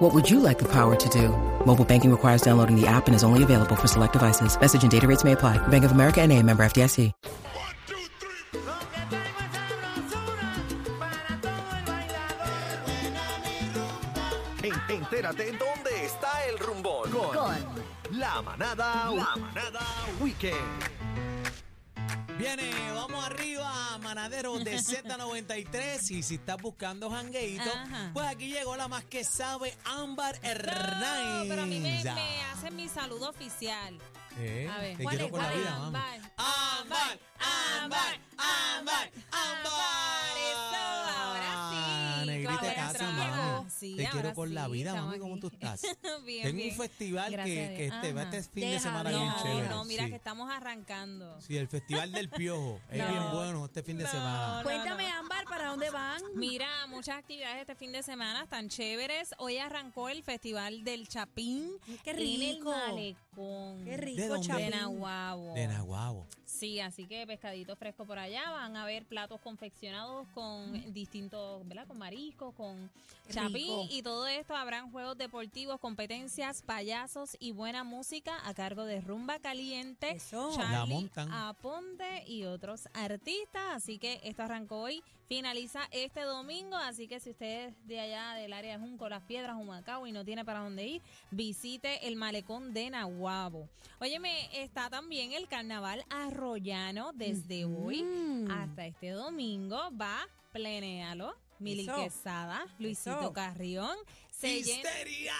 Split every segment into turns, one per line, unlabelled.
What would you like the power to do? Mobile banking requires downloading the app and is only available for select devices. Message and data rates may apply. Bank of America and a member FDIC.
Porque tengo esa sabrosura para todo el bailador.
En- entérate dónde está el rumbón con, la manada, la manada weekend.
Viene, vamos arriba, manaderos de Z93. Y si estás buscando jangueito,
Ajá.
pues aquí llegó la más que sabe, Ámbar
No,
Hernández.
pero a mí me, me hacen mi saludo oficial. Ah,
Eh,
A ver,
te
¿cuál
quiero
es?
con la
¿Cuál es?
vida, mami.
Ámbar, ámbar, ámbar, ámbar, ámbar. Eso, ahora sí,
Ah, Negrita
ahora
casa,
trabajo.
mami.
Sí,
te quiero
ahora
con la
sí,
vida,
estamos
mami, ¿cómo
aquí.
tú estás?
Bien,
Tengo
bien.
un festival
Gracias
que,
a
que
Dios.
este, va
Ajá.
este fin de semana bien
No,
chévere.
no, mira
Ah, sí.
que estamos arrancando.
Sí, el Festival del Piojo. Es
No.
bien bueno este fin de semana.
Cuéntame, Ámbar, ¿para dónde van?
Mira, muchas actividades este fin de semana están chéveres. Hoy arrancó el Festival del Chapín
Qué
en el
rico.
Malecón.
Qué
¿De
rico,
dónde?
De
Chapín.
Nahuabo.
De Nahuabo.
Sí, así que pescadito fresco por allá. Van a ver platos confeccionados con distintos, ¿verdad? Con mariscos, con chapín
Rico.
y todo esto. Habrán juegos deportivos, competencias, payasos y buena música a cargo de Rumba Caliente,
Eso.
La
Charlie
montan.
Aponte y otros artistas. Así que esto arrancó hoy, finaliza este domingo. Así que si usted es de allá del área de Junco, Las Piedras, Humacao y no tiene para dónde ir, visite el malecón de Nahuabo. Óyeme, está también el carnaval arroyano desde hoy
Mm.
hasta este domingo. Va, plenéalo. Mili
Eso.
Quesada, Luisito
Eso.
Carrión. Se llen-
¡Histeria!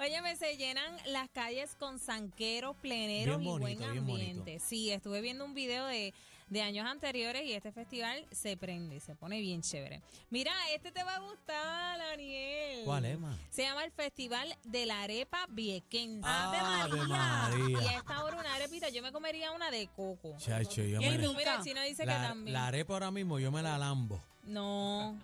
Óyeme, se llenan las calles con sanqueros, pleneros
Bien
y
bonito,
buen
bien bonito.
ambiente. Sí, estuve viendo un video de, de años anteriores y este festival se prende, se pone bien chévere. Mira, este te va a gustar, Daniel.
¿Cuál es, ma?
Se llama el Festival de la Arepa Viequense.
Ah,
Ave
Y
María.
a esta hora una arepita, yo me comería una de coco.
Chacho, yo me
Ey,
la-
no,
Mira, el chino dice que
la,
también.
la arepa ahora mismo yo me la lambo.
No.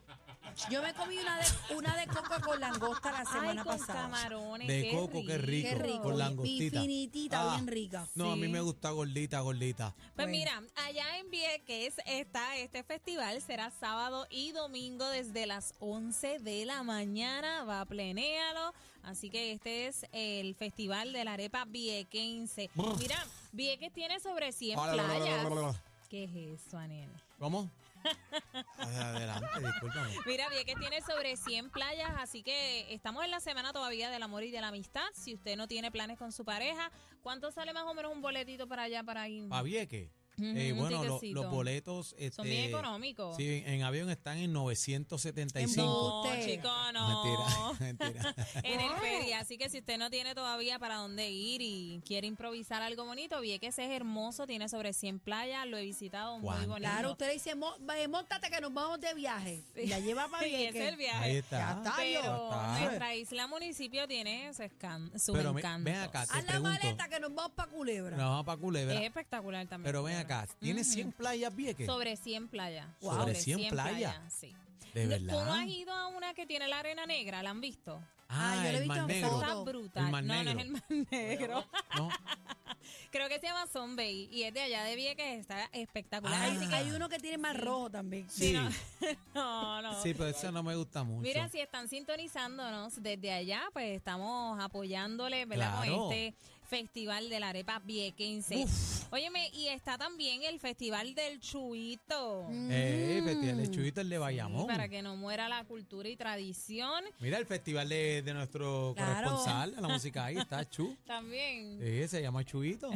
Yo me comí una de, una de coco con langosta la
Ay,
semana
con
pasada.
camarones.
De
qué
coco, qué rico.
Qué rico.
Con langostita.
Y finitita,
Ah.
bien rica.
No, a mí
Sí.
me gusta gordita, gordita.
Pues
Bueno.
mira, allá en Vieques está este festival, será sábado y domingo desde las 11 de la mañana, va, plenéalo. Así que este es el festival de la arepa viequense.
Brr.
Mira, Vieques tiene sobre 100
Bla, bla, bla, bla, bla,
playas.
bla.
¿Qué es eso, Anel?
¿Cómo? Adelante, discúlpame.
Mira, Vieques tiene sobre 100 playas, así que estamos en la semana todavía del amor y de la amistad. Si usted no tiene planes con su pareja, ¿cuánto sale más o menos un boletito para allá, para ir?
A Vieques.
Ujú,
eh,
un
bueno, lo-
tiquecito.
los boletos.
Son
este,
bien económicos.
Sí, en avión están en 975.
No,
Embuste.
chico, no.
Mentira, mentira.
en el feria. Así que si usted no tiene todavía para dónde ir y quiere improvisar algo bonito, Vieques es hermoso, tiene sobre 100 playas, lo he visitado, muy
¿Cuánto?
bonito.
Claro, usted le dice, "Mo- eh, montate que nos vamos de viaje. Y la lleva para
Sí,
bien.
es el viaje.
Ahí está.
Ya está.
Pero
Está.
nuestra isla municipio tiene su, escan- sus
Pero me-
encantos.
ven acá,
Haz
te
la
pregunto.
maleta que nos vamos para Culebra.
No, para Culebra.
es espectacular también.
pero ven
claro.
acá, ¿tiene
Ujú.
100 playas Vieques?
Sobre 100 playas.
Wow. ¿Sobre 100 playas?
Sí.
De
No,
verdad.
¿Tú no has ido a una que tiene la arena negra? ¿La han visto?
Ah,
Ah, yo lo he
el
visto
Mar
en
Negro.
fotos.
Está brutal.
El Mar
no, no es el
Negro.
mar negro.
No,
Creo que se llama Zombie y es de allá de Vieques, está espectacular.
Ah.
Hay,
Así que-
hay uno que tiene más rojo también.
sí,
no, no.
sí, pero eso no me gusta mucho.
Mira, si están sintonizándonos desde allá, pues estamos apoyándole, ¿verdad?
Claro.
Con este Festival de la Arepa Viequense.
Uf.
Óyeme, y está también el Festival del Chuito.
Eh, festival de Chuyito, el de Bayamón.
Mm, Para que no muera la cultura y tradición.
Mira, el festival de, de nuestro
Claro.
corresponsal, la música ahí está Chu.
También.
Eh, se llama Chuito.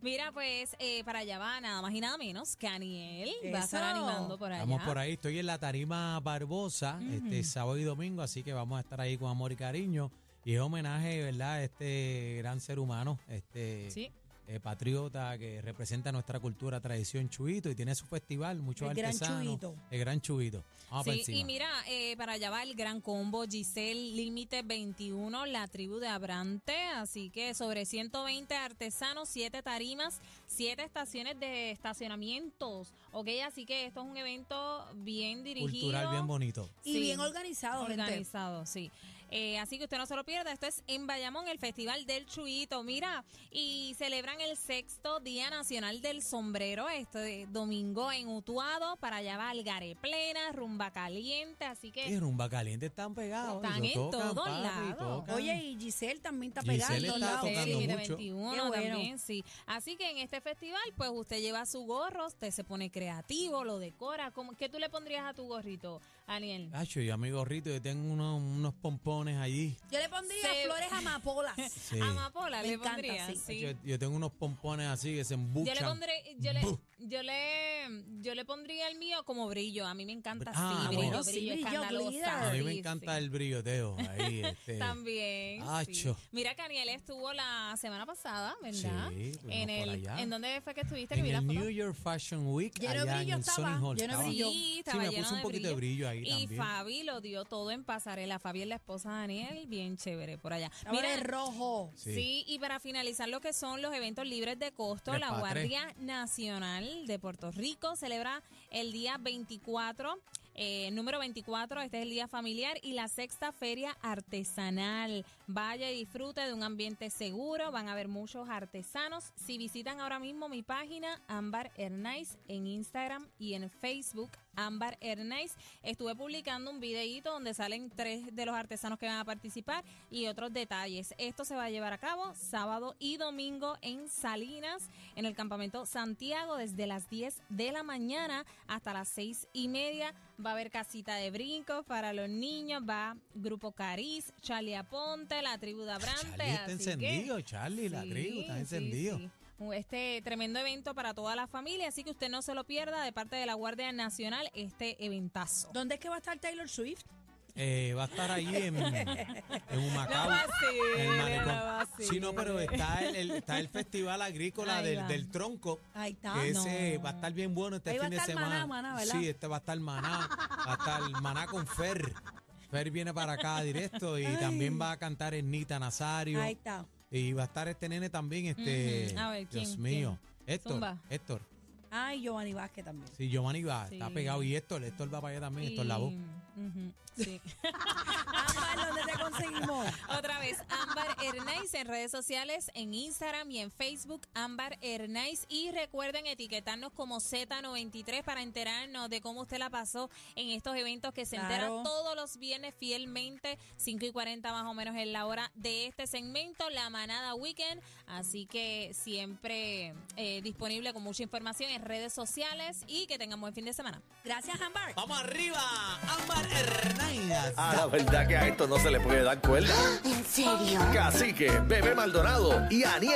Mira, pues eh, para allá va nada más y nada menos que Aniel. Va a estar
Eso.
animando por allá.
Vamos por ahí, estoy en la tarima Barbosa, este sábado y domingo, así que vamos a estar ahí con amor y cariño. Y es homenaje, ¿verdad?, a este gran ser humano, este
Sí.
eh, patriota que representa nuestra cultura, tradición, Chuito, y tiene su festival, muchos
El Gran
artesanos.
Chuito.
El Gran Chuito. Vamos para
Sí,
Ah, encima.
y mira, eh, para allá va el gran combo Giselle Límite 21, la tribu de Abrante. Así que sobre 120 artesanos, 7 tarimas, 7 estaciones de estacionamientos. Ok, así que esto es un evento bien dirigido.
Cultural bien bonito.
Y
Sí.
bien organizado, gente.
Organizado, sí. Eh, así que usted no se lo pierda. Esto es en Bayamón, el Festival del Chuito. Mira, y celebran el sexto Día Nacional del Sombrero este domingo en Utuado. Para allá va Algaré Plena, Rumba Caliente. Así
Y
que
rumba caliente están pegados.
Eh, Están
ellos
en
tocan,
todos
papi,
lados.
tocan.
Oye, y Giselle también está
Giselle
pegando.
está
¿no?
tocando
sí, de
mucho.
21
Qué bueno.
también, sí. Así que en este festival, pues usted lleva su gorro, usted se pone creativo, lo decora. ¿Cómo- ¿Qué tú le pondrías a tu gorrito, Aniel?
Nacho, yo amigo Rito, yo tengo unos, unos pompones allí.
Yo le pondría
Se-
flores amapolas.
Sí.
Amapola,
Me
le
encanta,
pondrías.
sí.
sí.
Yo, yo tengo unos pompones así que se
Yo
embuchan.
le pondré, yo le,
Buh.
yo le, yo le pondría el mío como brillo. A mí me encanta
Ah,
así,
bueno,
brillo,
sí,
brillo,
brillo,
escandalosa,
glitter.
A mí me
sí,
encanta
sí.
el brilloteo ahí. Este.
También. sí.
Acho.
Mira que Aniel estuvo la semana pasada, ¿verdad?
Sí, estuvimos
en
por
el,
allá.
¿En dónde fue que estuviste? que
En
vi la
el
foto?
New York Fashion Week,
Lleno de
allá en
brillo
el
estaba,
Sony Hall.
lleno de
estaba.
brillo.
Sí,
Sí,
estaba
me
lleno
puse un
de
poquito de brillo ahí
y
también.
Fabi lo dio todo en pasarela. Fabi es la esposa de Daniel, bien chévere por allá.
Ahora es rojo.
Sí.
Sí.
y para finalizar lo que son los eventos libres de costo,
Tres
la
pa' tres.
Guardia Nacional de Puerto Rico celebra el día 24, eh, número 24, este es el día familiar, y la sexta feria artesanal. Vaya y disfrute de un ambiente seguro, van a haber muchos artesanos. Si visitan ahora mismo mi página, Ámbar Hernais, en Instagram y en Facebook, Ámbar Hernais, estuve publicando un videíto donde salen tres de los artesanos que van a participar y otros detalles. Esto se va a llevar a cabo sábado y domingo en Salinas, en el campamento Santiago, desde las 10 de la mañana hasta las 6 y media. Va a haber casita de brincos para los niños, va Grupo Cariz, Charlie Aponte, la tribu de Abrante.
Charlie está
así que-
encendido, Charlie, la
Sí,
tribu está
sí,
encendido.
sí. Este tremendo evento para toda la familia, así que usted no se lo pierda de parte de la Guardia Nacional este eventazo.
¿Dónde es que va a estar Taylor Swift?
Eh, va a estar ahí en, en un
No vacile,
en Malecón.
no vacile.
Sí, no, pero está el, el- está el Festival Agrícola
Ahí va.
del, del Tronco.
Ahí está.
que
No.
ese va a estar bien bueno este
Ahí va
fin
a
de
estar
semana.
Maná, Maná, ¿verdad?
sí, este va a estar Maná. Va a estar Maná con Fer. Fer viene para acá directo y también va a cantar Ernita Nazario.
Ahí está.
Y va a estar este nene también, este.
Ujú. A ver, ¿quién,
Dios
quién?
mío. Héctor.
Zumba.
Héctor.
Ay, Giovanni Vázquez también.
Sí, Giovanni va, está
Sí.
pegado. Y Héctor, Héctor va para allá también, Héctor la voz.
Y- ujú, sí.
Ámbar, ¿dónde te conseguimos?
Otra vez, Ámbar Hernais en redes sociales, en Instagram y en Facebook, Ámbar Hernais. Y recuerden etiquetarnos como Z93 para enterarnos de cómo usted la pasó en estos eventos que se
Claro.
enteran todos los viernes fielmente, 5 y 40 más o menos en la hora de este segmento, La Manada Weekend. Así que siempre eh, disponible con mucha información en redes sociales y que tengan buen fin de semana.
Gracias, Ámbar.
¡Vamos arriba! Ámbar Hernández.
A la verdad que a esto no se le puede dar cuerda.
¿En serio?
Cacique, Bebé Maldonado y Aniel